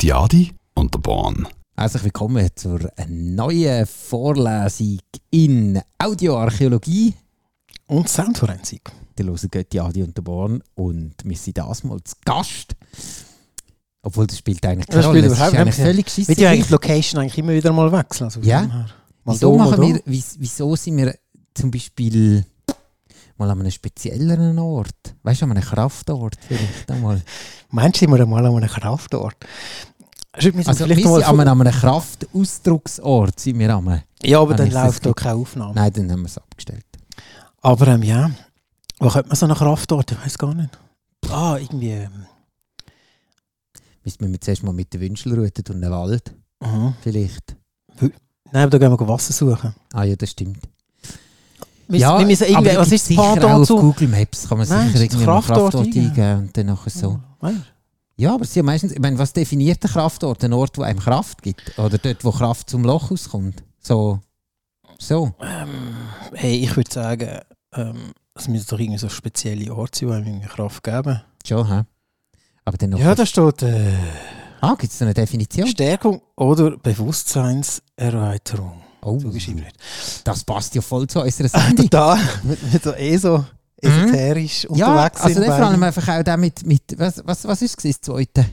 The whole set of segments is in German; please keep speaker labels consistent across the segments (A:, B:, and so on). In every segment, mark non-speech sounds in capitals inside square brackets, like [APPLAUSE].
A: Die Adi und der Bahn.
B: Herzlich willkommen zur neuen Vorlesung in Audioarchäologie.
C: Und Soundforensik.
B: Ihr hört Götti, Adi und der Born und wir sind das mal zu Gast. Obwohl, das spielt eigentlich keine
C: Das
B: Rolle.
C: spielt
B: ist
C: überhaupt nicht
B: eigentlich-
C: völlig scheisse.
B: Wird
C: Wird
B: ja
C: ja
B: eigentlich
C: die Location eigentlich immer wieder mal wechseln. Also
B: Ja.
C: Mal
B: wieso,
C: so, mal
B: machen
C: da.
B: wir, wies- wieso sind wir zum Beispiel mal an einem spezielleren Ort? Weißt du, an einem Kraftort vielleicht einmal?
C: Meinst du, sind wir mal an einem Kraftort? Schreib mir
B: Also, wir
C: vielleicht
B: sind
C: noch mal
B: an
C: vor-
B: einem, an einem Kraftausdrucksort. Sind wir an einem.
C: Ja, aber
B: Ah,
C: dann
B: nein, das
C: läuft da
B: gibt-
C: keine Aufnahme.
B: Nein, dann haben wir es abgestellt.
C: Aber ähm, ja, wo könnte man so einen Kraftort? Ich weiß gar nicht. Ah, irgendwie. Ähm,
B: Müssen wir jetzt zuerst mal mit der Wünschelrute durch den Wald
C: mhm.
B: vielleicht.
C: Nein, aber da gehen wir Wasser suchen.
B: Ah ja, das stimmt.
C: Wir, wir müssen irgendwie,
B: aber da
C: was
B: gibt's
C: ist das
B: sicher auch
C: Pendant
B: auf
C: zu?
B: Google Maps kann man
C: Nein,
B: sicher
C: ist
B: irgendwie mal Kraftort
C: Kraftort eingeben.
B: eingeben und dann nachher so.
C: Nein.
B: Ja, aber es ist ja meistens, ich meine, was definiert der Kraftort? Ein Ort, wo einem Kraft gibt? Oder dort, wo Kraft zum Loch auskommt? So. So.
C: Ähm, hey, ich würde sagen, ähm, es müssen doch irgendwie so spezielle Orte sein, die einem irgendwie Kraft geben.
B: Schon, hä? Aber dann noch.
C: Ja, da steht äh,
B: ah, gibt es da eine Definition?
C: Stärkung oder Bewusstseinserweiterung.
B: Oh,
C: So geschrieben wird.
B: das passt ja voll zu
C: [LAUGHS]
B: unserer Sendung.
C: Total. Wir sind so eh so esoterisch
B: Mhm. ja,
C: unterwegs
B: also
C: sind.
B: dann vor allem
C: beide.
B: einfach auch der mit, mit was, was, was ist es das zweite?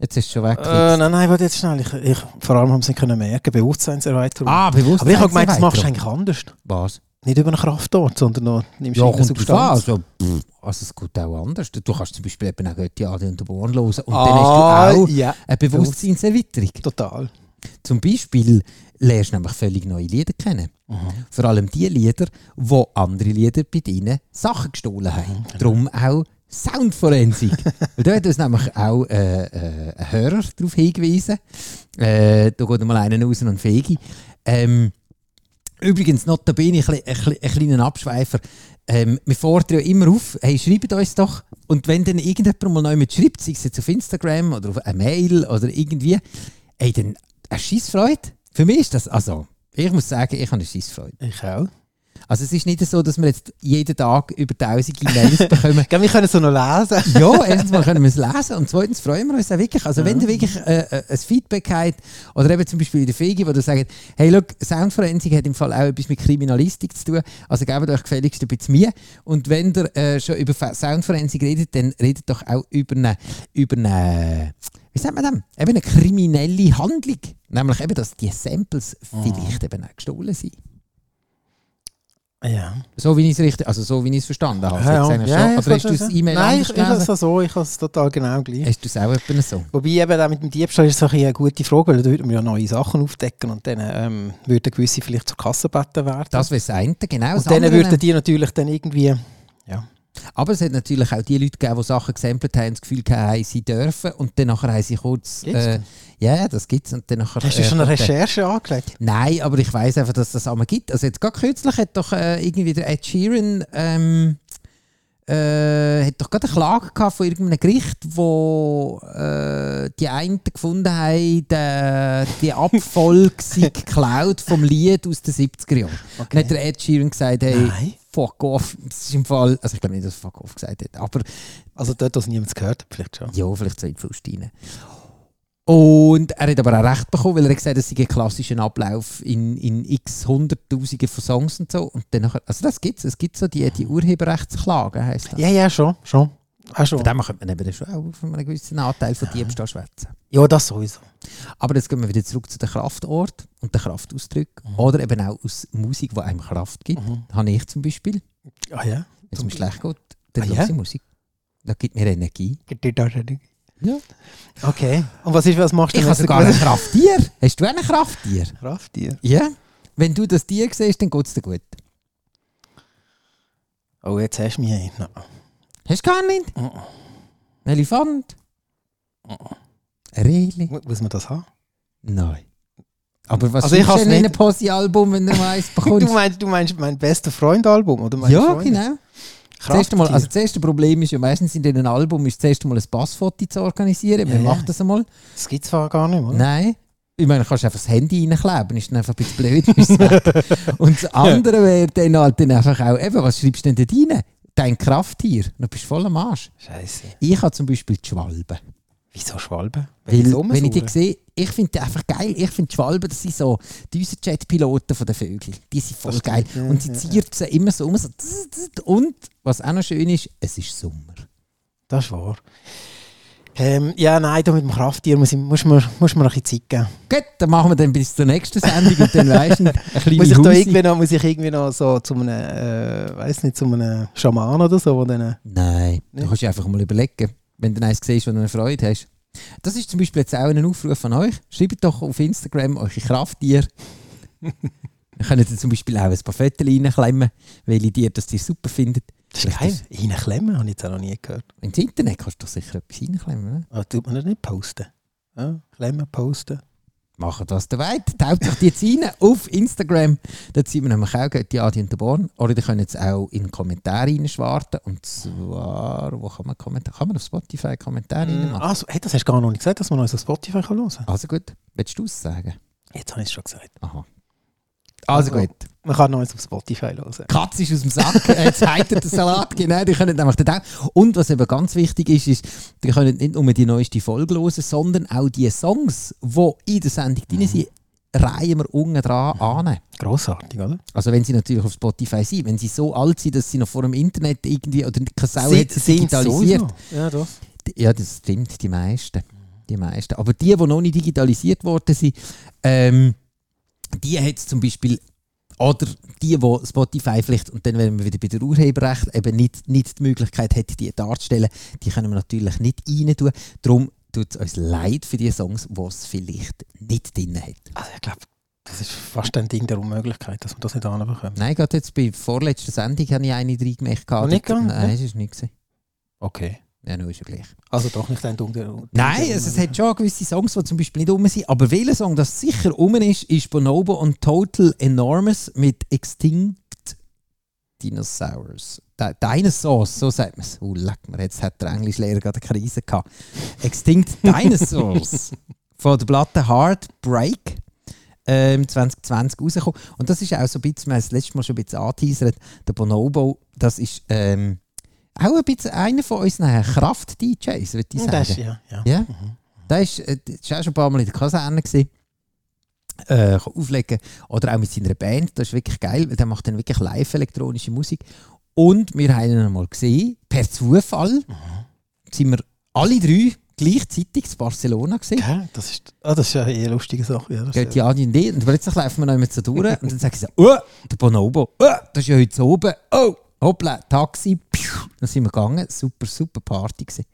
B: Jetzt ist es schon weg.
C: äh, nein, nein, warte jetzt schnell. Ich, ich, vor allem haben sie nicht können merken, Bewusstseinserweiterung.
B: ah, bewusst.
C: Aber ich habe gemeint, das machst du eigentlich anders.
B: Was?
C: Nicht über einen Kraftort, sondern noch nimmst du
B: Ja,
C: irgendeine
B: kommt drauf an.
C: Substanz.
B: Also, pff, also es geht auch anders. Du kannst zum Beispiel eben auch Götti Adi und den Born hören und
C: ah,
B: dann hast du auch
C: ja,
B: eine Bewusstseinserweiterung.
C: total.
B: Zum Beispiel lernst du nämlich völlig neue Lieder kennen.
C: Mhm.
B: Vor allem die Lieder, wo andere Lieder bei ihnen Sachen gestohlen haben. Darum auch Soundforensik. Weil da hat uns nämlich auch äh, äh, ein Hörer darauf hingewiesen. Äh, da geht mal einer raus und Fegi. Ähm, übrigens, notabene, ein, kle- ein, kle- ein kleiner Abschweifer. Ähm, wir fordern ja immer auf, hey, schreibt uns doch. Und wenn dann irgendjemand mal neu mit schreibt, sei es jetzt auf Instagram oder auf eine Mail oder irgendwie, hey, dann eine Scheissfreude. Für mich ist das, also, ich muss sagen, ich habe eine Scheissfreude.
C: Ich auch.
B: Also es ist nicht so, dass wir jetzt jeden Tag über tausende Mails bekommen.
C: Gell, wir können es so noch lesen.
B: ja, erstens mal können wir es lesen und zweitens freuen wir uns auch wirklich. Also wenn ihr wirklich äh, äh, ein Feedback habt oder eben zum Beispiel in der Fege, wo du sagt, hey, look, Soundforensik hat im Fall auch etwas mit Kriminalistik zu tun, also gebt euch gefälligst ein bisschen mir. Und wenn ihr äh, schon über Fa- Soundforensik redet, dann redet doch auch über eine, über eine wie sagt man das? Eben eine kriminelle Handlung. Nämlich eben, dass die Samples
C: Ah.
B: vielleicht eben auch gestohlen sind.
C: Ja.
B: So wie ich es richtig, also so wie ich es verstanden habe.
C: Ja,
B: Jetzt
C: ja.
B: eigentlich
C: Ja,
B: schon. Oder
C: ja,
B: hast du das
C: kann schon
B: E-Mail
C: sein. Nein,
B: anders
C: ich, ich habe es
B: gelesen?
C: so, ich habe es total genau gleich.
B: Hast du es auch etwa so?
C: Wobei eben auch mit dem Diebstahl ist es ein bisschen eine gute Frage, weil da würde man ja neue Sachen aufdecken und dann ähm, würden gewisse vielleicht zur Kassenbetten werden.
B: Das wäre das eine, genau. das
C: und dann
B: andere
C: würden
B: nämlich.
C: die natürlich dann irgendwie...
B: Aber es hat natürlich auch die Leute gegeben, die Sachen gesampelt haben, das Gefühl gehabt, haben, sie dürfen und dann nachher haben sie kurz...
C: Gibt's
B: Äh, ja, ja, das gibt es. Hast
C: Hast du schon eine Recherche angelegt?
B: äh, Nein, aber ich weiß einfach, dass das einmal gibt. Also jetzt gerade kürzlich hat doch äh, irgendwie der Ed Sheeran ähm, äh, hat doch gerade eine Klage gehabt von irgendeinem Gericht, wo äh, die einen gefunden haben, der- die Abfolge [LAUGHS] sei geklaut vom Lied aus den 70er Jahren. Dann hat der Ed Sheeran gesagt, hey,
C: Nein.
B: fuck off. Das ist im Fall, also ich glaube nicht, dass er fuck off gesagt hat, aber
C: Also dort, was niemand gehört hat, vielleicht schon.
B: ja, vielleicht zwei Pfund rein. Und er hat aber auch recht bekommen, weil er hat gesagt hat, es sei ein klassischer Ablauf in, in x Hunderttausenden von Songs und so. Und dann nachher, also das gibt es, es gibt so die, die Urheberrechtsklagen, heisst das.
C: Ja, ja, schon. schon. Auch
B: Von
C: schon.
B: dem her könnte man eben dann schon auch von einem gewissen Anteil von Diebstahl schwätzen.
C: Ja, das sowieso.
B: Aber jetzt gehen wir wieder zurück zu den Kraftort und den Kraftausdruck.
C: Mhm.
B: Oder eben auch aus Musik, die einem Kraft gibt. Habe ich zum Beispiel.
C: Ah ja.
B: Wenn es
C: Zum-
B: mir schlecht geht, dann
C: Ah,
B: höre
C: ja?
B: ich Musik. Das gibt mir Energie.
C: Geht dir da schon nicht?
B: Ja.
C: Okay. Und was, ist, was machst du
B: Ich habe sogar ein Krafttier. Hast du auch ein Krafttier?
C: Kraft dir.
B: Ja, wenn du das Tier siehst, dann geht es dir gut.
C: Oh, jetzt hast du mich ein. Nein.
B: Hast du gar nicht? Ein Elefant? Ein Rehli?
C: Mu- Muss man das haben?
B: Nein. Aber was also
C: Also ich
B: ist
C: hab's
B: denn in
C: nicht.
B: einem Posi-Album, wenn du mal eins
C: [LAUGHS] Du
B: bekommst?
C: meinst, du meinst mein bester Freund-Album? oder meine
B: ja,
C: Freunde?
B: genau. Das erste, mal, also das erste Problem ist ja meistens in diesen Album, ist das erste Mal ein Passfoto zu organisieren.
C: Ja,
B: Man
C: ja.
B: macht das einmal.
C: Das gibt es zwar gar nicht, oder?
B: Nein. Ich meine, du kannst einfach das Handy reinkleben, ist dann einfach ein bisschen blöd. ist weg.
C: [LAUGHS]
B: Und das andere wäre dann halt dann einfach auch, eben, was schreibst du denn da rein? Dein Krafttier. Du bist voll am Arsch.
C: Scheiße.
B: Ich habe zum Beispiel die Schwalbe.
C: Wieso Schwalben?
B: Weil,
C: Wieso
B: wenn ich die
C: Masuren?
B: sehe, ich finde die einfach geil. Ich finde die Schwalben, das sind so die Jet-Piloten der Vögel. Die sind voll
C: Das
B: geil.
C: stimmt, ja,
B: und sie
C: ja,
B: ziert sie immer so um. So. tss, tss. Und was auch noch schön ist, es ist Sommer.
C: Das ist wahr. Ähm, ja, nein, da mit dem Krafttier muss, ich, muss, man, muss man noch ein bisschen Zeit geben.
B: Gut, dann machen wir dann bis zur nächsten Sendung und dann weisst du, ein kleines
C: [LAUGHS] Muss ich, da irgendwie noch, muss ich irgendwie noch so zu einem, äh, weiss nicht, zu einem Schaman oder so, wo dann... äh,
B: Nein, du
C: Nicht?
B: kannst dir einfach mal überlegen, wenn du eins siehst, wo du eine Freude hast. Das ist zum Beispiel jetzt auch ein Aufruf an euch. Schreibt doch auf Instagram eure Krafttiere.
C: [LAUGHS]
B: Dann könnt ihr zum Beispiel auch ein paar Fotos reinklemmen, welche Tiere das ihr super findet.
C: Das ist geil. Reinklemmen habe ich jetzt auch noch nie gehört.
B: Ins Internet kannst du doch sicher etwas reinklemmen. Ne?
C: Aber tut man das nicht posten? Ja, klemmen, posten.
B: Macht was ihr wollt. Taubt euch die jetzt rein auf Instagram. Dort sind wir nämlich auch die Adi und der Born. Oder ihr könnt jetzt auch in die Kommentare reinschwarten. Und zwar, wo kann man Kommentare? Kann man auf Spotify Kommentare
C: Mm,
B: reinmachen?
C: also, hey, das hast du gar noch nicht gesagt, dass man uns auf Spotify kann hören kann.
B: Also gut, willst du es sagen?
C: Jetzt habe ich es schon gesagt.
B: Aha. Also
C: Also.
B: gut.
C: Man kann uns auf Spotify hören.
B: Katz ist aus dem Sack, [LAUGHS] äh, jetzt hat er den Salat, genau, die können nämlich den auch. Und was eben ganz wichtig ist, ist, die können nicht nur die neueste Folge hören, sondern auch die Songs, die in der Sendung drin sind,
C: Mhm.
B: reihen wir unten dran an.
C: Grossartig, oder?
B: Also wenn sie natürlich auf Spotify sind, wenn sie so alt sind, dass sie noch vor dem Internet irgendwie, oder keine Sau
C: Sie-
B: hat sie
C: sind's
B: digitalisiert.
C: sowieso. Ja, doch.
B: Ja, das stimmt, die meisten. Die meisten. Aber die, die noch nicht digitalisiert worden sind, ähm, die hat es zum Beispiel, oder die, die Spotify vielleicht, und dann wären wir wieder bei der Urheberrecht, eben nicht, nicht die Möglichkeit hätte, die darzustellen, die können wir natürlich nicht rein tun. Darum tut es uns leid für die Songs, die es vielleicht nicht drin hat.
C: Also ich glaube, das ist fast ein Ding der Unmöglichkeit, dass man das nicht anbekommt.
B: Nein, gerade jetzt bei der vorletzten Sendung habe ich eine reingemacht.
C: Noch nicht gegangen,
B: Nein, das ist nicht gesehen.
C: Okay.
B: Ja, nur ist ja gleich.
C: Also doch nicht ein Ding der Ding der
B: Nein, also es
C: Unmöglichkeit.
B: hat schon gewisse Songs, die zum Beispiel nicht rum sind. Aber welcher Song, das sicher rum ist, ist Bonobo und Total Enormous mit Extinct Dinosaurs. Di- Dinosaurs, so sagt man es. Oh, leck mir, jetzt hat der Englischlehrer gerade eine Krise gehabt. Extinct
C: [LAUGHS]
B: Dinosaurs von der Platte Heartbreak. Ähm, 2020 rausgekommen. Und das ist auch so ein bisschen, wir haben es letztes Mal schon ein bisschen angeteasert, der Bonobo, das ist ähm, auch ein bisschen einer von unseren Kraft-DJs, würde ich sagen.
C: Das ist, ja, ja.
B: Ja.
C: Mhm.
B: Der ist, äh, der ist auch schon ein paar Mal in der Kaserne. gewesen. Äh, kann auflegen. Oder auch mit seiner Band. Das ist wirklich geil, weil der macht dann wirklich live elektronische Musik. Und wir haben ihn einmal gesehen, per Zufall sind wir alle drei gleichzeitig in Barcelona gesehen.
C: Gell? Das ist, ah, das ist ja eine lustige Sache. Ja, das
B: Geht
C: ist,
B: die Adi und ich, und plötzlich laufen wir noch immer so durch und dann sagen sie
C: [LAUGHS]
B: so,
C: Uh!
B: oh, der Bonobo, oh, das ist ja heute so oben, oh, hoppla, Taxi, piu. dann sind wir gegangen, super, super Party gewesen.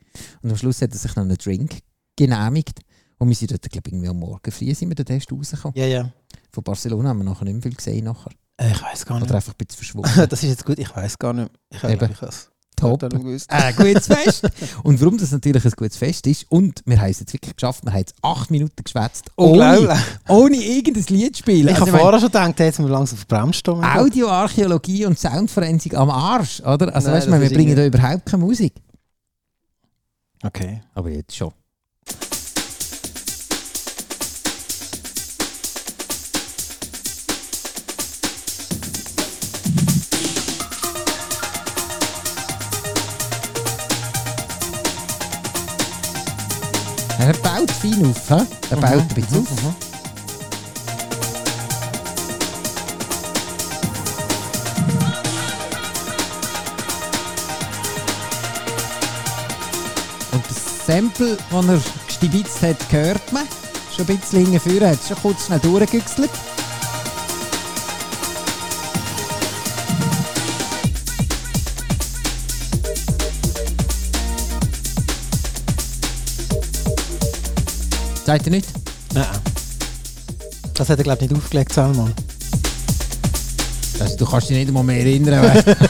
B: Und am Schluss hat er sich noch einen Drink genehmigt und wir sind dort, glaube ich, irgendwie am Morgen früh sind wir dort erst rausgekommen.
C: ja, ja.
B: Von Barcelona haben wir nachher nicht mehr viel gesehen nachher.
C: Äh, Ich weiß gar
B: Oder
C: nicht.
B: einfach ein bisschen
C: [LAUGHS]
B: verschwunden.
C: Das ist jetzt gut, ich weiß gar nicht. Ich
B: Eben.
C: habe es
B: Top.
C: nicht gewusst.
B: Ein gutes Fest. Und warum das natürlich ein gutes Fest ist, und wir haben es jetzt wirklich geschafft, wir haben jetzt acht Minuten geschwätzt, ohne,
C: Unglaublich.
B: ohne irgendein Lied zu spielen.
C: Ich
B: Also
C: habe
B: meine-
C: vorher schon gedacht, jetzt sind wir langsam auf Bremssturm.
B: Audioarchäologie und Soundforensik am Arsch, oder? Also
C: Nein,
B: weißt du,
C: das
B: wir
C: ist
B: bringen da überhaupt keine Musik.
C: Okay.
B: Aber jetzt schon. Er baut fein auf, hä? Er baut ein bisschen auf.
C: Mhm.
B: Und das Sample, das er gestibitzt hat, hört man. Schon ein bisschen hingeführt, hat es schon kurz schnell durchgegüchselt. Seid ihr nicht?
C: Nein. Das hat er, glaube ich, nicht aufgelegt, Salman.
B: Also, du kannst dich nicht einmal mehr erinnern. weißt du. [LAUGHS]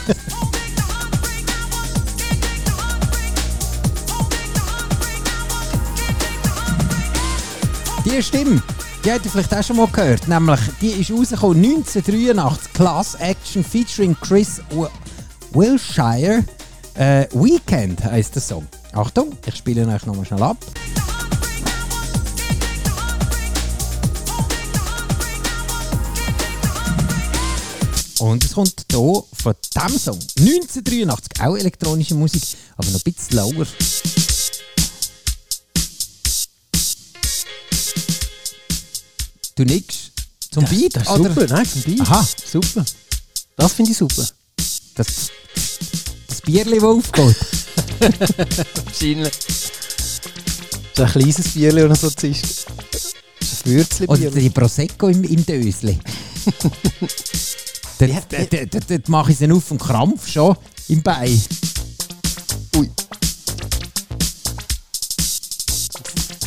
B: die Stimme, die habt ihr vielleicht auch schon mal gehört. Nämlich, die ist rausgekommen 1983. Class Action featuring Chris Wi- Wilshire. Äh, Weekend heisst der Song. Achtung, ich spiele ihn euch nochmal schnell ab. Und es kommt hier von diesem Song. 1983, auch elektronische Musik, aber noch ein bisschen slower. Du nix zum Beat?
C: Das ist
B: oder?
C: super, nein, zum Beat.
B: Aha.
C: Super. Ah, Das finde ich super.
B: Das, das Bierli, das
C: [LAUGHS]
B: aufgeht.
C: Wahrscheinlich. So ein kleines Bierli oder so zischt. Ein
B: Oder
C: Würzelbierli.
B: die Prosecco im, im
C: [LAUGHS]
B: Dösli.
C: Ja,
B: Dort, dort, dort, dort mache ich es auf und krampf schon im Bein.
C: Ui.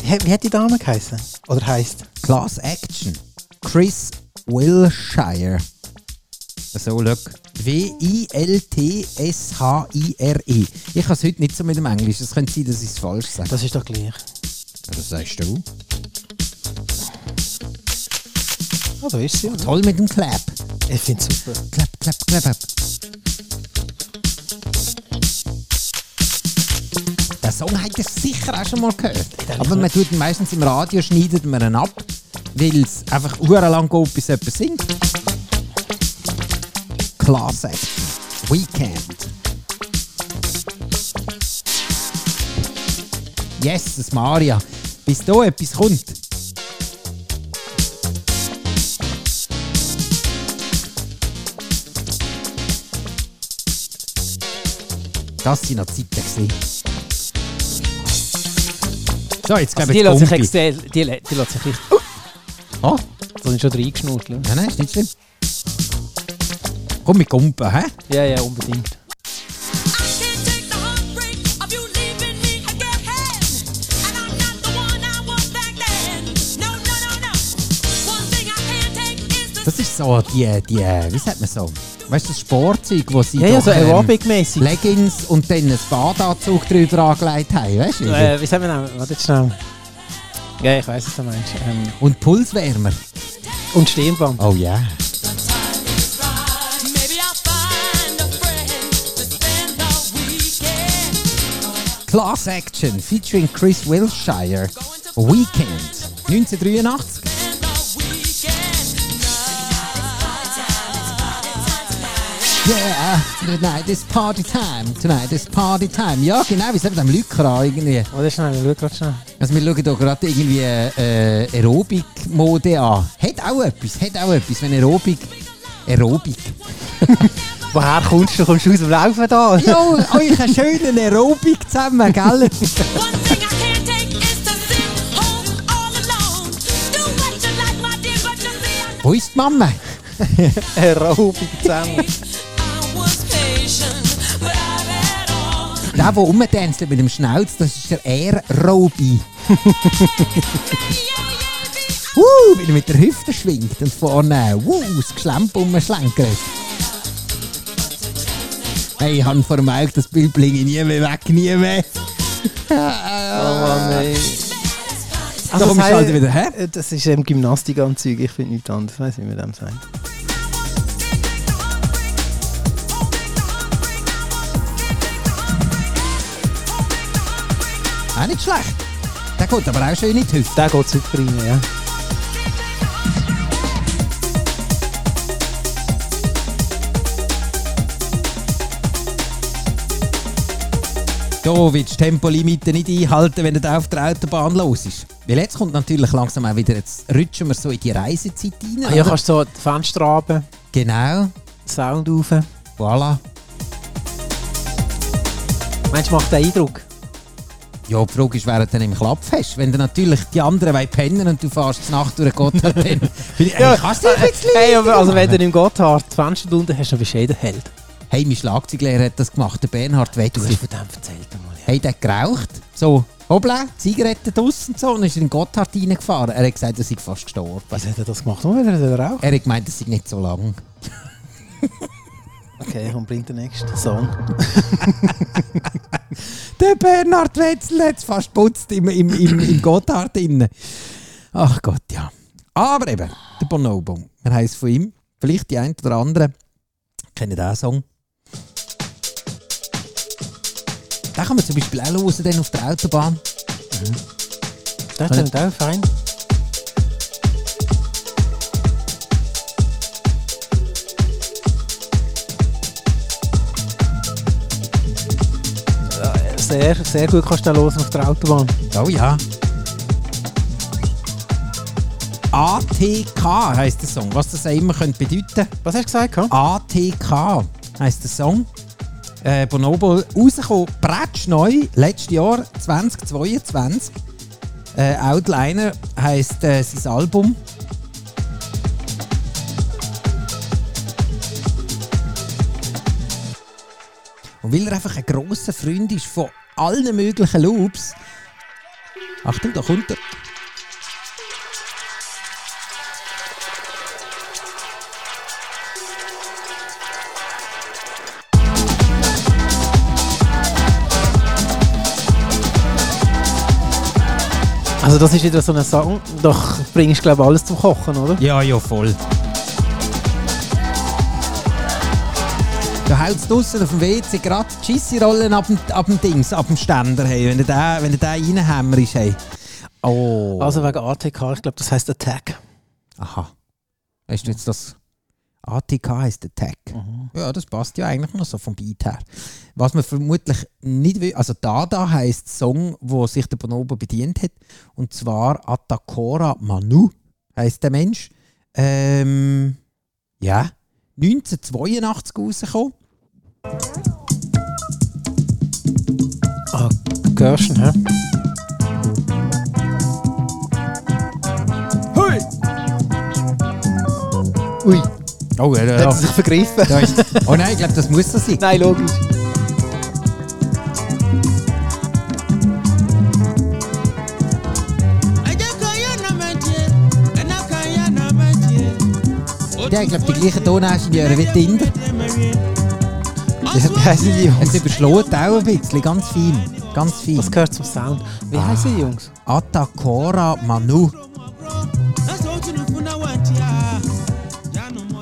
C: Wie, wie hat die Dame geheißen? Oder heisst?
B: Class Action. Chris Wilshire. So, schau. W-I-L-T-S-H-I-R-E. E. Ich kann es heute nicht so mit dem Englisch. Es könnte sein, dass ich es falsch sage.
C: Das ist doch gleich.
B: Das sagst du.
C: Ah, da ist sie. oder?
B: Toll mit dem Clap.
C: Ich finde es super.
B: Clap, clap, clap. clap. Den Song habt ihr sicher auch schon mal gehört. Aber man tut ihn meistens im Radio, schneidet man ihn ab, weil es einfach urenlang geht, bis jemand singt. Class Act. Weekend. Jesus Maria, bis da etwas kommt. Das waren noch Zeiten. gewesen. So, jetzt geben
C: Also die
B: wir
C: lässt sich
B: Pumpe.
C: extrem. Die, lä- die lässt sich richtig. Uh,
B: Ah.
C: da sind schon reingeschnurrt. schau.
B: Nein, nein, ist nicht schlimm. Komm mit Gumpen, hä?
C: Ja, ja, unbedingt.
B: Das ist so die, die, wie sagt man so? Weißt du, das Sportzeug, wo sie
C: Ja, ja,
B: doch,
C: so
B: ähm,
C: aerobic-mäßig.
B: Leggings und dann einen Badeanzug drüber angelegt haben, weißt du?
C: Äh, wie sagen wir denn? Warte jetzt schnell. Ja, ich weiß, was du meinst. Ähm,
B: Und Pulswärmer.
C: und Stirnband.
B: Oh ja. Yeah. Class Action featuring Chris Wilshire. Weekend 1983. Yeah, tonight is party time, tonight is party time. Ja, genau, wie es eben am Lücker an irgendwie.
C: Warte schnell, schau gerade schnell.
B: Also wir schauen hier gerade irgendwie äh, Aerobic-Mode an. Hat auch etwas, hat auch etwas, wenn Aerobic... Aerobic.
C: Woher kommst du? Kommst du aus dem Laufen da?
B: Jo, euch einen schönen Aerobic zusammen, gell? [LAUGHS] Wo ist die Mama?
C: [LAUGHS] Aerobic [LAUGHS] zusammen.
B: Der, der rumtänzelt mit dem Schnauz, das ist der Air-Robi. Uh, weil er mit der Hüfte schwingt und vorne uh, das Geschlemp umschlenkert. Hey, ich habe vor dem Auge das Bild blinge nie mehr weg, nie mehr. [LAUGHS]
C: Oh Mann, ey.
B: da kommst du halt wieder her.
C: Äh, Das ist eben Gymnastikanzüge, ich finde nichts anderes, weiss nicht, wie man dem sagt.
B: Auch nicht schlecht. Der kommt aber auch schön in die Hüfte.
C: Der geht super rein, ja.
B: Da willst du die Tempolimite nicht einhalten, wenn du auf der Autobahn los ist. Weil jetzt kommt natürlich langsam auch wieder, jetzt rutschen wir so in die Reisezeit rein.
C: Ah, ja,
B: oder?
C: kannst so die Fenster runter,
B: genau,
C: Sound rauf. Meinst
B: voilà.
C: du, macht den Eindruck?
B: Ja, die Frage ist, wer du im Klapp hast. Wenn du natürlich die anderen wollen pennen und du fährst die Nacht durch den Gotthard, dann ja. kannst du dich ein bisschen
C: Hey, aber also wenn
B: machen.
C: du im Gotthard die Fenster unten hast, dann bist du jeder Held.
B: Hey, mein Schlagzeuglehrer hat das gemacht, der Bernhard Wetzler.
C: von dem erzählt einmal, ja.
B: Hey, der hat geraucht, so, hoppla, Zigaretten draussen und so, und ist in den Gotthard reingefahren. Er hat gesagt, er sei fast gestorben.
C: Was hat er das gemacht? Oh, wieder der Rauch.
B: Er hat gemeint, das sei nicht so lang.
C: Okay, komm, bring den nächsten Song.
B: Der Bernhard Wetzel hat es fast geputzt im, im, im, im Gotthard innen. Ach Gott, ja. Aber eben, der Bonobo. Wir haben es von ihm. Vielleicht die ein oder andere kennen diesen Song. Den kann man zum Beispiel auch hören, dann auf der Autobahn.
C: Das ist auch fein. Ja, Sehr, sehr gut kannst du den hören auf der Autobahn.
B: Oh ja. ATK heisst der Song. Was das auch immer könnte bedeuten.
C: Was hast du gesagt? hä?
B: ATK heisst der Song. Äh, Bonobo rausgekommen, prätschneu, letztes Jahr 2022. Äh, Outliner heisst äh, sein Album. Und weil er einfach ein grosser Freund ist von allen möglichen Loops. Achtung, da kommt er.
C: Also das ist wieder so ein Song, doch bringst glaube ich alles zum Kochen, oder?
B: Ja, ja, voll. Da haut es draussen auf dem WC gerade die Schissi-Rollen ab, dem- ab dem Dings, ab dem Ständer. Hey. Wenn du da, wenn du da reinhämmerst. Hey. Oh.
C: Also wegen ATK, ich glaube das heisst Attack.
B: Aha. Weißt du jetzt das? ATK heisst Attack. Ja, das passt ja eigentlich noch so vom Beat her. Was man vermutlich nicht will, also Dada heisst Song, wo sich der Bonobo bedient hat. Und zwar Atakora Manu heisst der Mensch. Ähm, ja, 1982 rausgekommen.
C: Ah, Gershon, hä?
B: Hui!
C: Ui,
B: Oh, ja,
C: hat
B: ja.
C: sie sich vergriffen.
B: Da ist, oh nein, ich glaube, das muss das sein.
C: [LAUGHS] Nein, logisch.
B: Ja, ich glaube, die eh, gleichen Toningenieure wie die Inder.
D: er
B: [LAUGHS]
C: Ja, wie heißen die
B: Es
C: Jungs?
B: überschlägt auch ein bisschen, ganz fein. Ganz fein.
C: Das gehört zum Sound. Wie
B: Ah.
C: heißen die Jungs?
B: Atakora Manu.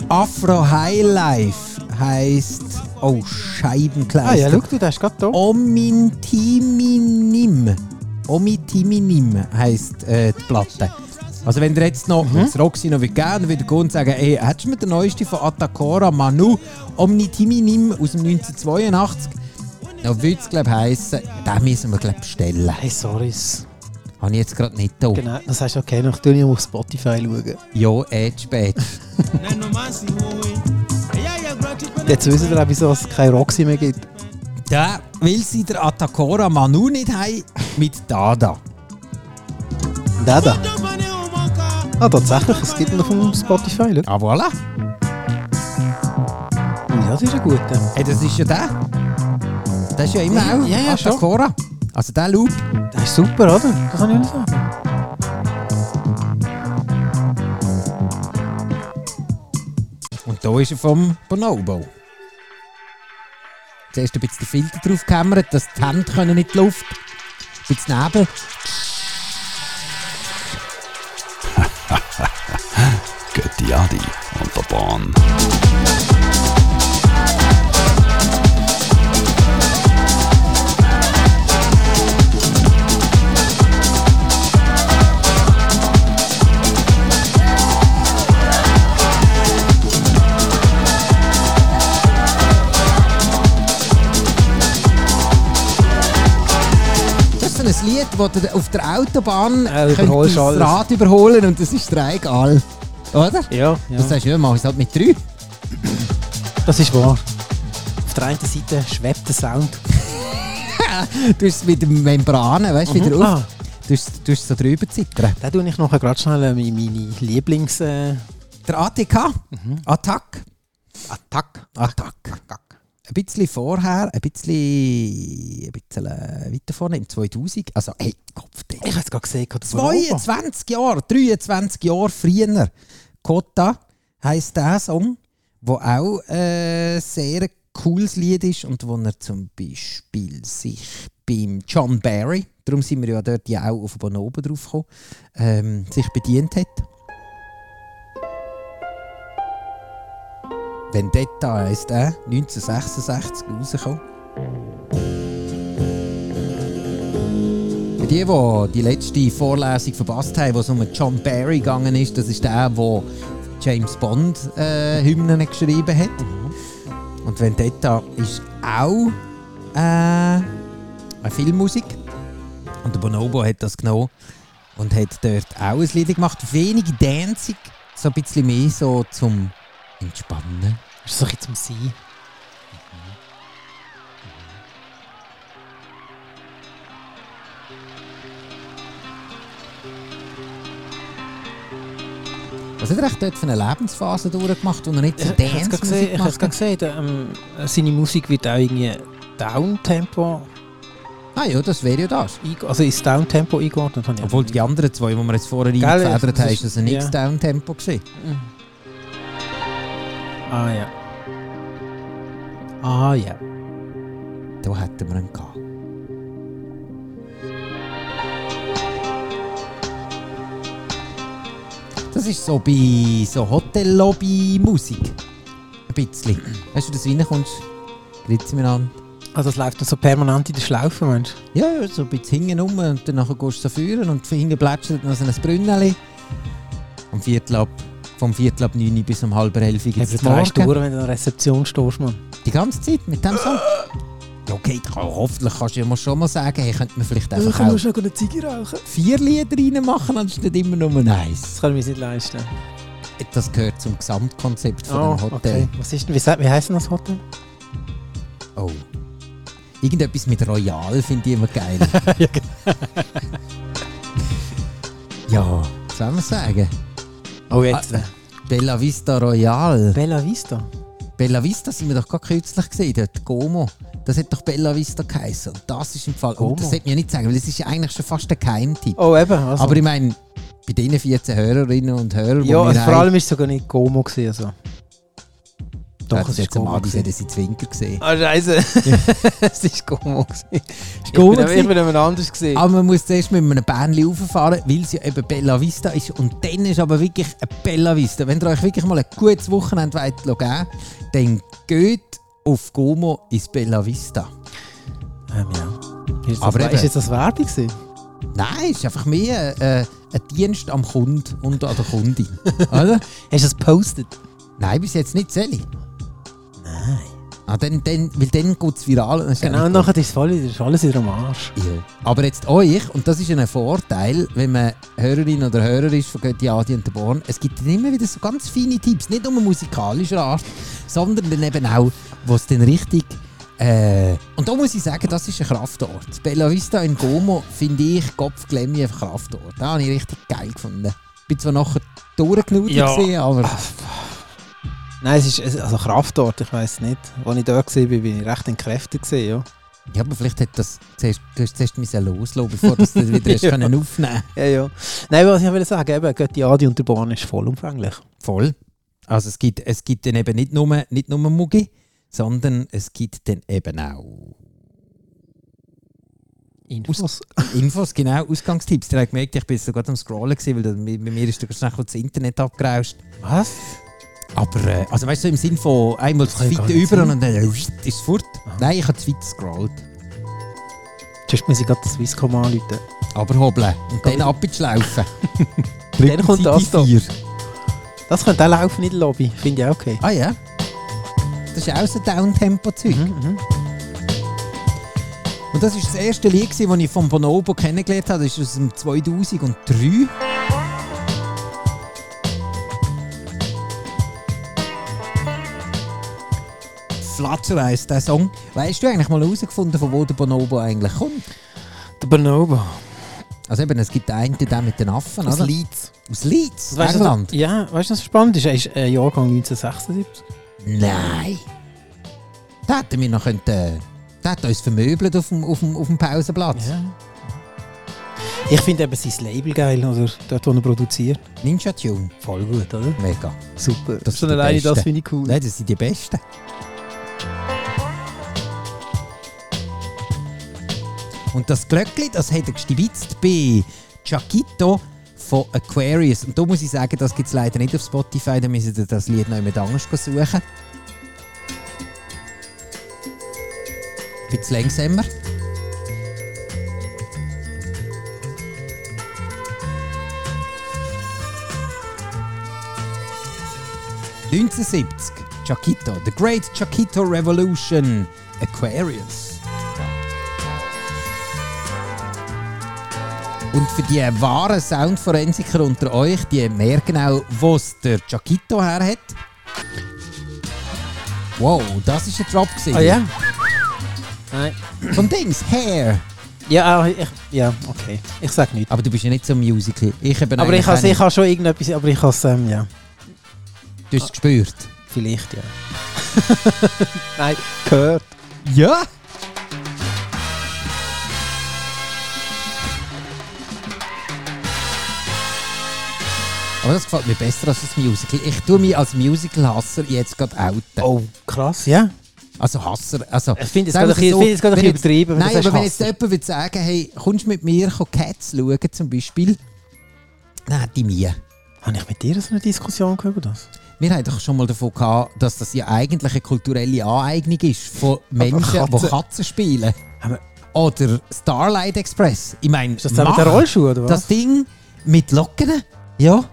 B: Afro Highlife heisst. Oh, Scheibenkleister.
C: Ah ja, schau, du, der ist gerade da.
B: Omintiminim. Omintiminim heisst äh, die Platte. Also wenn ihr jetzt noch
C: Mhm.
B: ins Roxy noch gerne wieder gehen und sagen, ey, hättest du mir den neuesten von Atakora Manu Omnitiminim aus dem 1982? Dann würde es glaube heissen, den müssen wir glaube bestellen.
C: Hey, sorry's.
B: Habe ich jetzt gerade nicht da.
C: Genau, das heißt okay, noch tue ich auf Spotify schauen.
B: Ja, eh zu spät.
C: Jetzt wissen wir auch, wieso es keine Roxy mehr gibt.
B: Da will sie der Atakora Manu nicht haben mit Dada.
C: Der da. Ah, tatsächlich, es gibt ihn noch auf Spotify, schau.
B: Ah, voilà.
C: Ja, das ist ein guter.
B: Hey, das ist ja der. Das ist ja immer
C: Ja,
B: auch
C: ja, ja, schon.
B: Atakora. Also der Loop.
C: Der ist super, oder? Das kann ich nicht sagen.
B: Und da ist er vom Bonobo. Zuerst ein bisschen den Filter drauf gehämmert, dass die Hände können in die Luft können. Ein bisschen Nebel.
A: Götti Adi und der Bahn.
B: Das ist so ein Lied, das du auf der Autobahn
C: Äh,
B: könntest
C: überholst
B: das
C: alles.
B: Rad überholen und das ist dir egal. Oder?
C: Ja,
B: Du sagst, ja, mach ich es halt mit drei.
C: Das ist wahr. Auf der einen Seite schwebt der Sound.
B: Du hast es mit den Membranen, weißt du, wieder auf.
C: Ah,
B: Du hast du hast es so drüber zittern.
C: den tue ich nachher gerade schnell meine, meine Lieblings... Äh,
B: Der ATK, Attack.
C: Attack.
B: Attack. Ein bisschen vorher, ein bisschen, ein bisschen weiter vorne, im 2000. Also, hey, Kopf, Digga.
C: Ich habe es gerade gesehen. gerade vor Europa.
B: 22 Jahre, 23 Jahre früher. Cotta heisst der Song, wo auch äh, sehr ein cooles Lied ist und wo er zum Beispiel sich beim John Barry, darum sind wir ja dort ja auch auf Bonobo draufgekommen, ähm, sich bedient hat. Vendetta heisst er, 1966 rausgekommen. Für die, die die letzte Vorlesung verpasst haben, wo es um John Barry gegangen ist, das ist der, der James Bond äh, Hymnen geschrieben hat.
C: Mhm.
B: Und Vendetta ist auch äh, eine Filmmusik. Und der Bonobo hat das genommen Und hat dort auch ein Lied gemacht. Wenige Dancing, so ein bisschen mehr so zum Entspannen.
C: Das ist so ein bisschen zum Sein.
B: Was hat er echt dort für eine Lebensphase durchgemacht, wo er nicht so
C: Ich habe es gerade gesehen,
B: Dance-Musik
C: ich hab's
B: gemacht
C: gerade
B: hat?
C: gesehen der, ähm, seine Musik wird auch irgendwie Downtempo,
B: Ah ja, das wäre ja das.
C: einge- also ist Downtempo eingeordnet. habe ich
B: Obwohl
C: auch
B: die anderen zwei, die wir jetzt vorher
C: Gell,
B: eingefedert
C: das
B: haben,
C: ist-
B: ist das ein
C: ja.
B: X-Down-Tempo gewesen.
C: Mhm. Ah ja. Ah ja.
B: Da hätten wir ihn gehabt. Das ist so bei so Hotellobby-Musik. Ein bisschen. Weißt du, dass du reinkommst, gritzt mir an.
C: Also es läuft dann so permanent in der Schlaufe, Mensch.
B: Ja, ja, so ein bisschen hinten rum und dann nachher gehst du so führen und hinten plätschert noch so ein Brünneli. Am Viertel ab, vom Viertel ab 9 Uhr bis um halb elf Uhr gibt's
C: Eben
B: morgen.
C: drei Stunden, wenn du an der Rezeption stehst, Mann.
B: Die ganze Zeit mit dem Song. Ja, okay, kann, hoffentlich kannst du ja mal schon mal sagen, hey, könnte man vielleicht
C: Äh,
B: einfach auch
C: schon eine Ziege rauchen.
B: vier Lieder reinmachen, anstatt immer nur eins.
C: Das können wir uns nicht leisten.
B: Das gehört zum Gesamtkonzept von einem Hotel.
C: Ah, okay. Was ist denn, wie, sagt- wie heisst denn das Hotel?
B: Oh. Irgendetwas mit Royal finde ich immer
C: [LAUGHS]
B: geil.
C: genau.
B: ja, was soll man sagen?
C: Oh,
B: Ah, Bella Vista Royal.
C: Bella Vista.
B: Bella Vista sind wir doch gerade kürzlich gesehen, dort Como. Das hat doch Bella Vista geheißen. Und das ist im Fall.
C: Como.
B: Und das sollte man ja nicht sagen, weil das ist ja eigentlich schon fast ein Geheimtipp.
C: Oh, eben. Also.
B: Aber ich meine, bei diesen 14 Hörerinnen und Hörern, die
C: ja,
B: wir
C: also vor
B: haben-
C: allem war es sogar nicht Como. Gewesen, also.
B: Doch, das ist jetzt am
C: Como
B: Abend,
C: gewesen.
B: hätte sie Zwinker gesehen.
C: Ah, Scheiße. [LAUGHS] es war Como. gewesen. Ich
B: Como
C: bin-
B: gewesen?
C: Ich bin jemand anders. Gewesen.
B: Aber man muss zuerst mit einem Bähnchen rauffahren, weil es ja eben Bella Vista ist. Und dann ist aber wirklich eine Bella Vista. Wenn ihr euch wirklich mal ein gutes Wochenende wollt geben wollt, dann geht auf Como ins Bella Vista.
C: Ähm, ja. Ist das,
B: Aber
C: Aber
B: eben-
C: ist jetzt das Werbung? gewesen?
B: Nein, ist einfach mehr äh, ein Dienst am Kunden und an der Kundin. [LAUGHS] Oder?
C: Hast du das gepostet?
B: Nein, bis jetzt nicht Sally. Nein. Ah, dann, dann, weil dann geht es viral. Und dann ist ja
C: Genau, und nachher ist voll wieder, ist alles wieder am Arsch.
B: Ja. Aber jetzt euch, und das ist ja ein Vorteil, wenn man Hörerin oder Hörer ist von Götti, Adi und der Born, es gibt dann immer wieder so ganz feine Tipps, nicht nur musikalischer Art, sondern dann eben auch, was dann richtig... Äh, und da muss ich sagen, das ist ein Kraftort. Das Bella Vista in Gomo finde ich Kopfglemme ein Kraftort. Da habe ich richtig geil gefunden. Bin zwar nachher durchgenudelt,
C: Ja. Ah.
B: gewesen, aber...
C: Nein, es ist es- also Kraftort, ich weiss nicht. Als ich da war, bin ich recht entkräftet. gewesen, Ja,
B: Ja, aber vielleicht hat das zuerst, du hast zuerst müssen loslassen, bevor du es dann
C: [LAUGHS]
B: wieder hast
C: Ja.
B: können aufnehmen
C: ja. ja. Nein, was ich wollte sagen, eben, Götti Adi und der Bahn ist vollumfänglich.
B: Voll. Also es gibt, es gibt dann eben nicht nur, nicht nur Mugi, sondern es gibt dann eben auch
C: Infos.
B: [LAUGHS] Infos, genau, Ausgangstipps. Ihr habt gemerkt, ich bin so gerade am Scrollen, gewesen, weil da- bei bei mir ist da schnell das Internet abgerauscht.
C: Was?
B: Aber, äh, also weißt du, so im Sinn von einmal zu
C: kann ich
B: weit
C: gar nicht
B: über
C: sehen. Ah.
B: und dann äh, ist es fort.
C: Aha.
B: Nein, ich habe zu weit gescrollt.
C: Zuerst muss ich gerade das Swisscom anrufen.
B: Aber hobeln und dann ab in die
C: [LAUGHS]
B: Schlaufe.
C: Dann kommt
B: Seite
C: das da.
B: vier.
C: Das könnte auch laufen in der Lobby, finde ich auch okay.
B: Ah ja. Das ist auch so ein Downtempo-Zeug.
C: Mhm,
B: Und das war das erste Lied, gewesen, das ich von Bonobo kennengelernt habe. Das ist aus dem 2003. Flatter heisst der Song. Weißt du eigentlich mal herausgefunden, von wo der Bonobo eigentlich kommt?
C: Der Bonobo.
B: Also eben, es gibt den einen, den mit den Affen,
C: Aus
B: oder?
C: Leeds.
B: Aus Leeds,
C: Weisst du,
B: England.
C: was- Ja, weißt du, was spannend ist? Er ist äh, Jahrgang 1976.
B: Nein. Da hätten wir noch können, äh, da hat uns vermöbelt auf dem, auf dem, auf dem Pausenplatz.
C: Ja. Ich finde eben sein Label geil, oder dort, wo er produziert.
B: Ninja Tune.
C: Voll gut, oder?
B: Mega.
C: Super.
B: Das ist
C: Schon
B: der
C: alleine
B: Beste.
C: das finde ich cool.
B: Nein, das sind die Besten. Und das Glöckli, das hat er gestibitzt bei Chiquito von Aquarius. Und da muss ich sagen, das gibt es leider nicht auf Spotify, da müssen ihr das Lied noch jemand anders suchen. Ein bisschen langsamer. «1970, Chiquito, The Great Chiquito Revolution, Aquarius. Und für die wahren Soundforensiker unter euch, die merken auch, wo es der Giaquito her hat. Wow, das ist ein Drop gewesen.
C: Ah ja? Nein.
B: Von Dings, Hair.
C: Ja, ah, ich, ja, okay. Ich sag nichts.
B: Aber du bist ja nicht so Musical. Ich eben
C: Aber
B: eigentlich
C: ich
B: auch
C: has, ich
B: nicht.
C: has schon irgendetwas, aber ich has, ähm, ja,
B: Du hast es gespürt.
C: vielleicht, ja. [LAUGHS] Nein, gehört.
B: Ja? Aber das gefällt mir besser als das Musical. Ich tue mich als Musical-Hasser jetzt gerade outen.
C: Oh, krass, ja.
B: Also Hasser, also...
C: Ich finde es
B: Sagen
C: gerade ein
B: wir
C: bisschen,
B: so,
C: ich finde es gerade ein
B: wenn
C: bisschen übertrieben. wenn du
B: Nein,
C: sagst,
B: aber wenn
C: hasst.
B: jetzt jemand würde sagen, hey, kommst du mit mir Cats schauen zum Beispiel? Nein, die mir.
C: Habe ich mit dir so eine Diskussion gehabt über das?
B: Wir haben doch schon mal davon gehabt, dass das ja eigentlich eine kulturelle Aneignung ist von Menschen, die
C: Katzen-
B: Katzen spielen.
C: Haben wir-
B: Oder Starlight Express. Ich meine,
C: Ist das der mit der Rollschuhe oder
B: das
C: was?
B: Ding mit Locken, ja.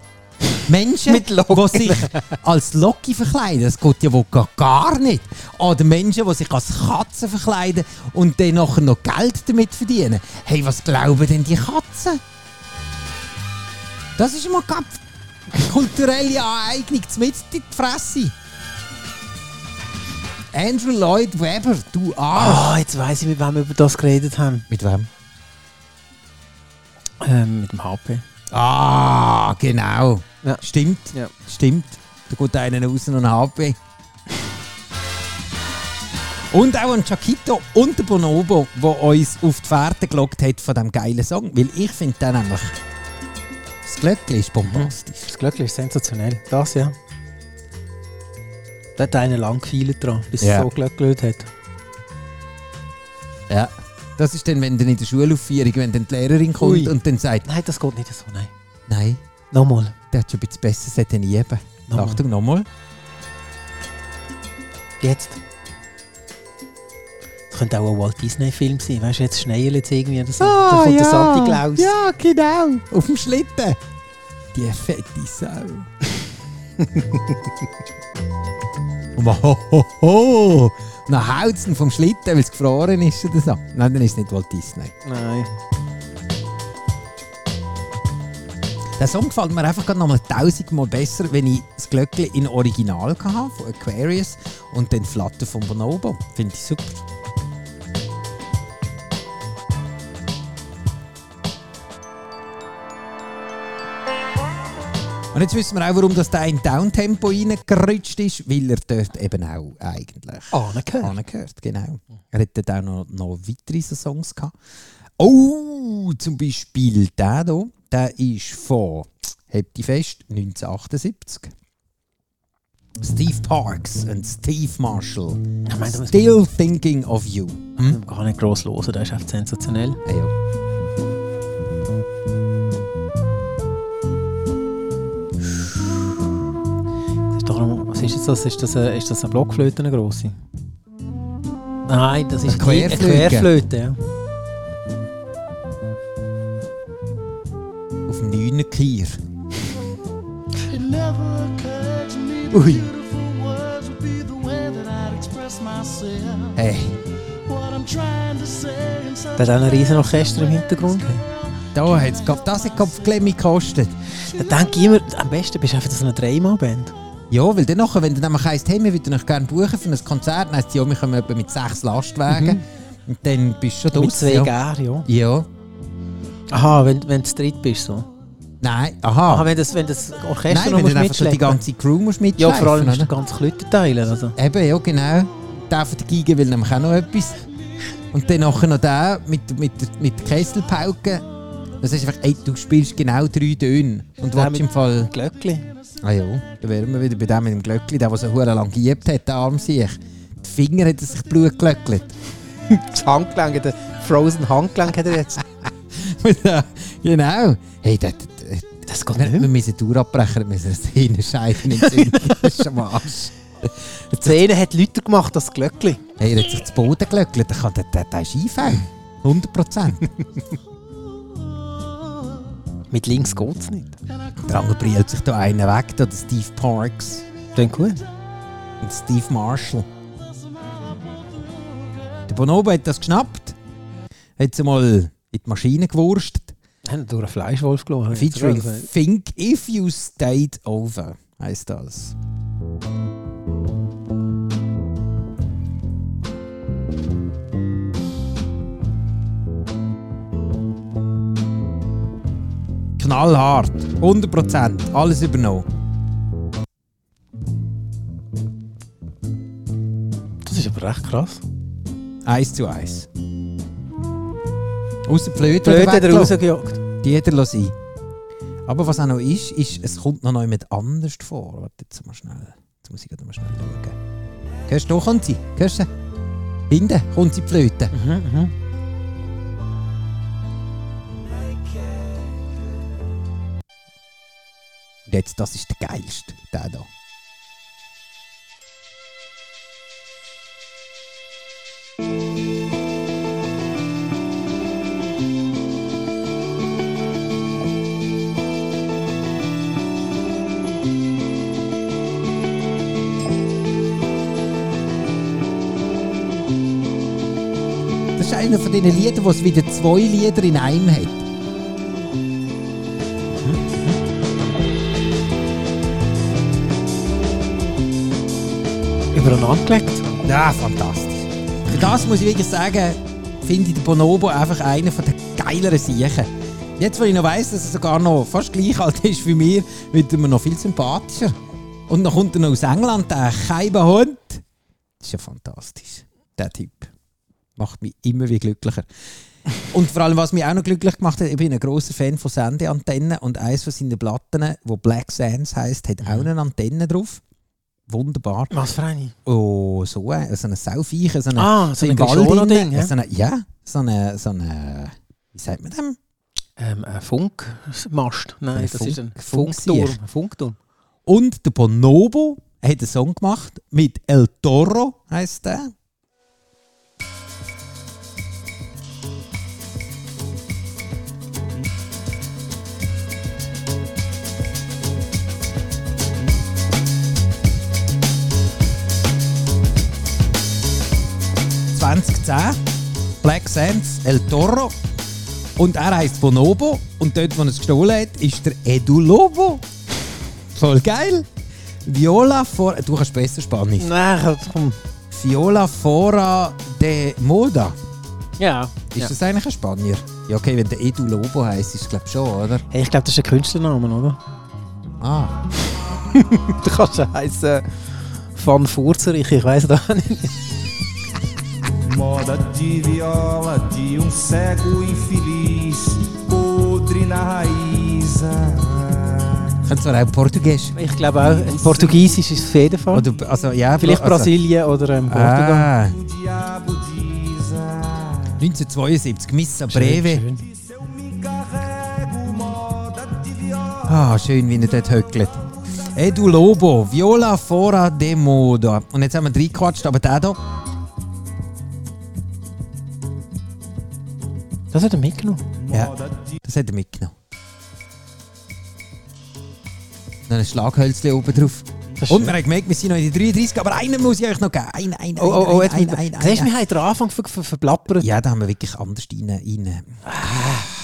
B: Menschen,
C: [LAUGHS] Mit Locken.
B: die sich als Locki verkleiden, das geht ja wohl gar- gar nicht. Oder Menschen, die sich als Katzen verkleiden und dann nachher noch Geld damit verdienen. Hey, was glauben denn die Katzen? Das ist mal gab kulturelle Aneignung mit in die Fresse. Andrew Lloyd Webber, du Arsch.
C: Ah, jetzt weiss ich, mit wem wir über das geredet haben.
B: Mit wem?
C: Ähm, mit dem HP.
B: Ah, genau.
C: Ja.
B: Stimmt.
C: Ja.
B: Stimmt. Da geht einer raus und HP. Und auch an Chiquito und der Bonobo, der uns auf die Fährte gelockt hat von diesem geilen Song. Weil ich finde den nämlich. Das Glöckchen ist bombastisch.
C: Das Glöckchen ist sensationell. Das, ja. Da hat einer lang gefeilt dran, bis
B: Ja.
C: es so glöckelt hat. Mhm.
B: Ja. Das ist dann, wenn dann in der Schulaufführung, wenn dann die Lehrerin kommt
C: Ui.
B: und dann sagt,
C: Nein, das geht nicht so, nein.
B: nein,
C: Nochmal.
B: der hat schon ein bisschen besser, sollte nie eben.
C: Nochmal.
B: Achtung, nochmal.
C: Jetzt. Das könnte auch ein Walt Disney-Film sein. Weißt du, jetzt schneien jetzt irgendwie. Das, da kommt der Santi Klaus.
B: Ah, Ja, genau. Auf dem Schlitten. Die fette Sau. [LAUGHS] Und man, ho, ho, ho. Und Dann haut es ihn vom Schlitten, weil es gefroren ist oder so. Nein, dann ist es nicht Walt Disney.
C: Nein.
B: Der Song gefällt mir einfach gerade nochmal tausendmal besser, wenn ich das Glöckchen in Original hatte, von Aquarius und den Flatter von Bonobo. Finde ich super. Und jetzt wissen wir auch, warum das da in Downtempo reingerutscht ist, weil er dort eben auch eigentlich
C: Ah, nicht gehört.
B: angehört, genau. Er hat dort auch noch, noch weitere so Songs gehabt. Oh, zum Beispiel der hier, der ist von Habt ihr fest, 1978. Steve Parks und Steve Marshall.
C: Ich meine, da muss man
B: Still thinking of you. Hm?
C: gar nicht gross hören. Das ist echt sensationell.
B: Ah, ja.
C: Das ist doch, noch- was ist jetzt das? Ist das eine, ist das eine Blockflöte, eine grosse? Nein, das ist
B: Eine
C: die- eine
B: Querflöte.
C: Querflöte ja.
B: Auf dem 9. Kier.
D: It never occurred to me that
B: Ui.
D: beautiful words would be the way that I'd express myself.
B: Hey,
D: What I'm trying to say in such
C: Da hat auch ein riesen Orchester im Hintergrund.
B: da hat es das hat Kopfklemme gekostet.
C: Da denke ich immer, am besten bist du einfach so eine Dreimal-Band.
B: Ja, weil dann nachher, wenn du nämlich heisst, hey, wir würden euch gerne buchen für ein Konzert, dann heisst es, ja, wir kommen etwa mit sechs Lastwagen. Und dann bist du schon
C: Mhm. Mit
B: draus.
C: zwei
B: ja.
C: Gär, ja.
B: ja.
C: Aha, wenn, wenn du zu dritt bist. So.
B: Nein, aha.
C: Aha, wenn das, wenn das
B: Nein,
C: Orchester noch
B: wenn
C: musst
B: du einfach so die
C: mitschleppen.
B: ganze Crew musst
C: Ja,
B: mitschleifen
C: vor allem musst du
B: oder?
C: den ganzen Klüter teilen. Also.
B: Eben, ja, genau. Der von der Geige will nämlich auch noch etwas. Und dann nachher noch der mit, mit, mit der Kesselpauke. Das ist einfach, ey, du spielst genau drei Töne. Und
C: Der
B: willst
C: mit-
B: im Fall...
C: Glöckli.
B: Ah ja, da wären wir wieder bei dem mit dem Glöckli, der, der so verdammt lang geübt hat, der arm sich. Die Finger hat er sich Blut glöckelt. [LAUGHS]
C: Das Handgelenk, der Frozen Handgelenk hat er jetzt.
B: genau. Hey, das, das,
C: [LAUGHS] Das geht
B: Dann
C: nicht
B: hätten wir
C: mehr.
B: müssen die Tour abbrechen, wir müssen eine Scheiben in den
C: [LAUGHS]
B: Sinn. Das ist schon mal Arsch.
C: Die Szene hat Leute gemacht, das Glöckli.
B: Hey, er hat sich zu Boden gelöckelt, der, kann, der, der, der ist einfällig. 100 Prozent.
C: Mit links geht's nicht.
B: Der andere brillt sich da einen weg, da der Steve Parks
C: Klingt gut.
B: und Steve Marshall. Der Bonobo hat das geschnappt, hat sie mal in die Maschine gewurstet
C: haben durch einen Fleischwolf gelassen.
B: Featuring Think If You Stayed Over heißt das. Knallhart, 100%, alles übernommen.
C: Das ist aber recht krass.
B: Eins zu eins. Außer die Flöte.
C: Blöd
B: wieder
C: hat er
B: weglassen.
C: rausgejagt.
B: Die hat er sein. Aber was auch noch ist, ist, es kommt noch jemand anders vor. Warte jetzt mal schnell. Jetzt muss ich gerade mal schnell schauen. Hörst du, da kommt sie? Hörst du? sie? Hinten kommt sie die Flöte. Und jetzt, das ist der geilste, der da. Das ist einer von diesen Liedern, wo es wieder zwei Lieder in einem hat.
C: Übereinander gelegt.
B: Ja, fantastisch. Für das muss ich wirklich sagen, finde ich den Bonobo einfach einer der geileren Siechen. Jetzt, wo ich noch weiss, dass er sogar noch fast gleich alt ist wie mir, wird er mir noch viel sympathischer. Und dann kommt er noch aus England, der Scheibenhund. Das ist ja fantastisch, der Typ. Macht mich immer wie glücklicher. Und vor allem, was mich auch noch glücklich gemacht hat, ich bin ein großer Fan von Sendeantennen und eines von seinen Platten, wo Black Sands heisst, hat auch eine Antenne drauf. Wunderbar.
C: Was für eine?
B: Oh, so, äh, so eine Saufeiche, so eine,
C: Ah, so
B: so
C: ein
B: im Wald
C: Geschono-Ding.
B: drin,
C: Ja?
B: so eine, ja, so eine, so eine, wie sagt man dem?
C: Ähm, ein Funkmast. Nein,
B: Ein
C: das
B: Funk-
C: ist ein
B: Funksier.
C: Funkturm. Ein Funkturm.
B: Und der Bonobo hat einen Song gemacht mit El Toro, heisst der. «2010», Black Sands, El Toro. Und er heißt Bonobo. Und dort, wo er es gestohlen hat, ist der Edu Lobo. Voll geil. Viola Fora. Du kannst besser Spanisch.
C: Nein, komm.
B: Viola Fora de Moda.
C: Ja.
B: Ist das eigentlich ein Spanier? Ja, okay, wenn der Edu Lobo heisst, ist es glaube schon, oder?
C: Hey, ich glaube, das ist ein Künstlername, oder?
B: Ah.
C: [LAUGHS] Du kannst ja heißen äh, Van Furzerich, ich weiß das [LAUGHS] nicht.
E: Moda de viola de um cego infeliz, podre na raiz. ah.
B: Könnte zwar auch Portugiesisch.
C: Ich glaube auch, Portugiesisch ist es auf jeden Fall.
B: Oder, also, ja,
C: Vielleicht
B: also,
C: Brasilien oder ähm, Portugal.
B: Ah,
E: O diabo diz: ah,
B: 1972, Missa
C: Schön,
B: Breve.
C: schön.
E: Se eu me carrego, moda de viola.
B: Ah, schön, wie er dort höckelt. Edu Lobo, Viola Fora de Moda. Und jetzt haben wir drei gequatscht, aber der hier.
C: Das hat er mitgenommen.
B: Ja,
E: Moda de
B: das hat er mitgenommen. Dann ein Schlaghölzchen oben drauf.
C: Das ist
B: Und
C: schön.
B: wir haben gemerkt, wir sind noch in die 33, aber einen muss ich euch noch geben. Einen, einen,
C: Oh, oh, oh,
B: einen,
C: jetzt
B: einen,
C: mit,
B: einen, einen,
C: siehst du,
B: einen.
C: wir haben den Anfang ver ver verplappert.
B: Ja, da haben wir wirklich anders rein. rein.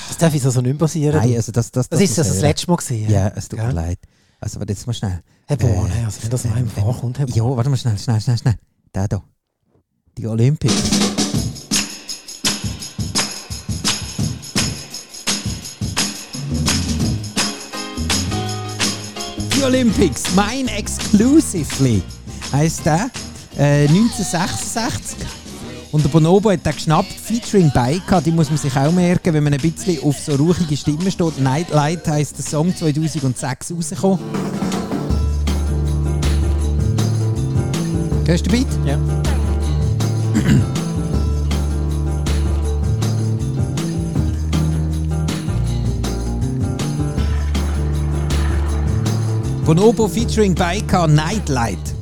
C: Das darf uns also nicht mehr passieren.
B: Nein, also das, das,
C: das, ist
B: muss
C: das, das
B: hören.
C: letzte Mal gewesen.
B: Ja, es tut mir
C: Gell?
B: leid. Also, warte jetzt mal schnell.
C: Hey, boah,
B: Äh,
C: nein, also wenn das noch
B: ähm,
C: einmal vorkommt, hey,
B: Ja, warte mal schnell, schnell, schnell, schnell. Der hier. Die Olympics. Die Olympics, mein Exclusively, heisst der. Äh, 1966. Und der Bonobo hat den geschnappt, featuring Baika, die muss man sich auch merken, wenn man ein bisschen auf so rauchige Stimmen steht. Nightlight heisst der Song 2006 rausgekommen. Hörst du den Beat?
C: Ja.
B: Bonobo featuring Baika Nightlight.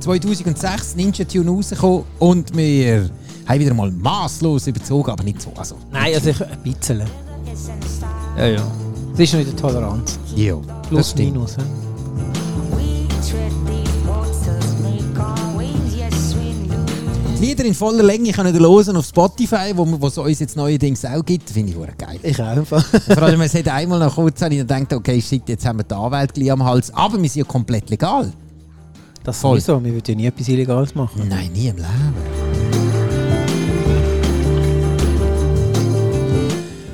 B: 2006 Ninja Tune rausgekommen und wir haben wieder mal maßlos überzogen, aber nicht so. Also,
C: Nein, also ich, ein bisschen. Ja, ja. Das ist noch in der Toleranz.
B: jo, das
C: Plus,
B: stimmt.
C: minus. Ja.
F: We tread these waters, make our ways, yes we do.
B: Die Lieder in voller Länge können ihr hören auf Spotify, wo wo es uns jetzt neuerdings auch gibt. Finde ich verdammt geil.
C: Ich auch einfach.
B: Vor allem, es hat einmal noch kurz habe ich dann gedacht, okay, shit, jetzt haben wir die Anwälte gleich am Hals. Aber wir sind ja komplett legal.
C: [LAUGHS] Das
B: Voll.
C: sowieso. Wir würden ja nie etwas Illegales machen.
B: Nein, nie im Leben.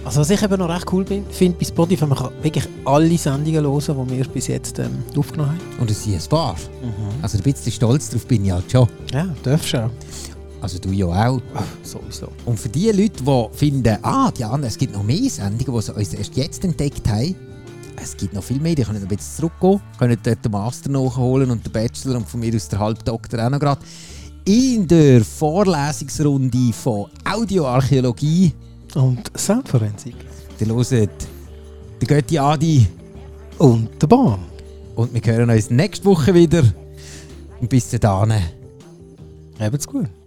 C: Also was ich eben noch recht cool bin- finde bei Spotify, man kann wirklich alle Sendungen hören, die wir bis jetzt ähm, aufgenommen haben.
B: Und es ist ein paar. Also ein bisschen stolz drauf bin ich halt schon.
C: Ja, darfst du auch.
B: Also du ja auch.
C: Sowieso.
B: Und für die Leute, die finden, ah, Diana, es gibt noch mehr Sendungen, die sie uns erst jetzt entdeckt haben, es gibt noch viel mehr, die können noch ein bisschen zurückgehen, können dort den Master nachholen und den Bachelor und von mir aus der Halbdoktor auch noch gerade. In der Vorlesungsrunde von Audioarchäologie,
C: Und Soundforensik.
B: ihr hört den Götti Adi
C: Und der Bahn.
B: und wir hören uns nächste Woche wieder. Und bis dahin,
C: Eben's gut.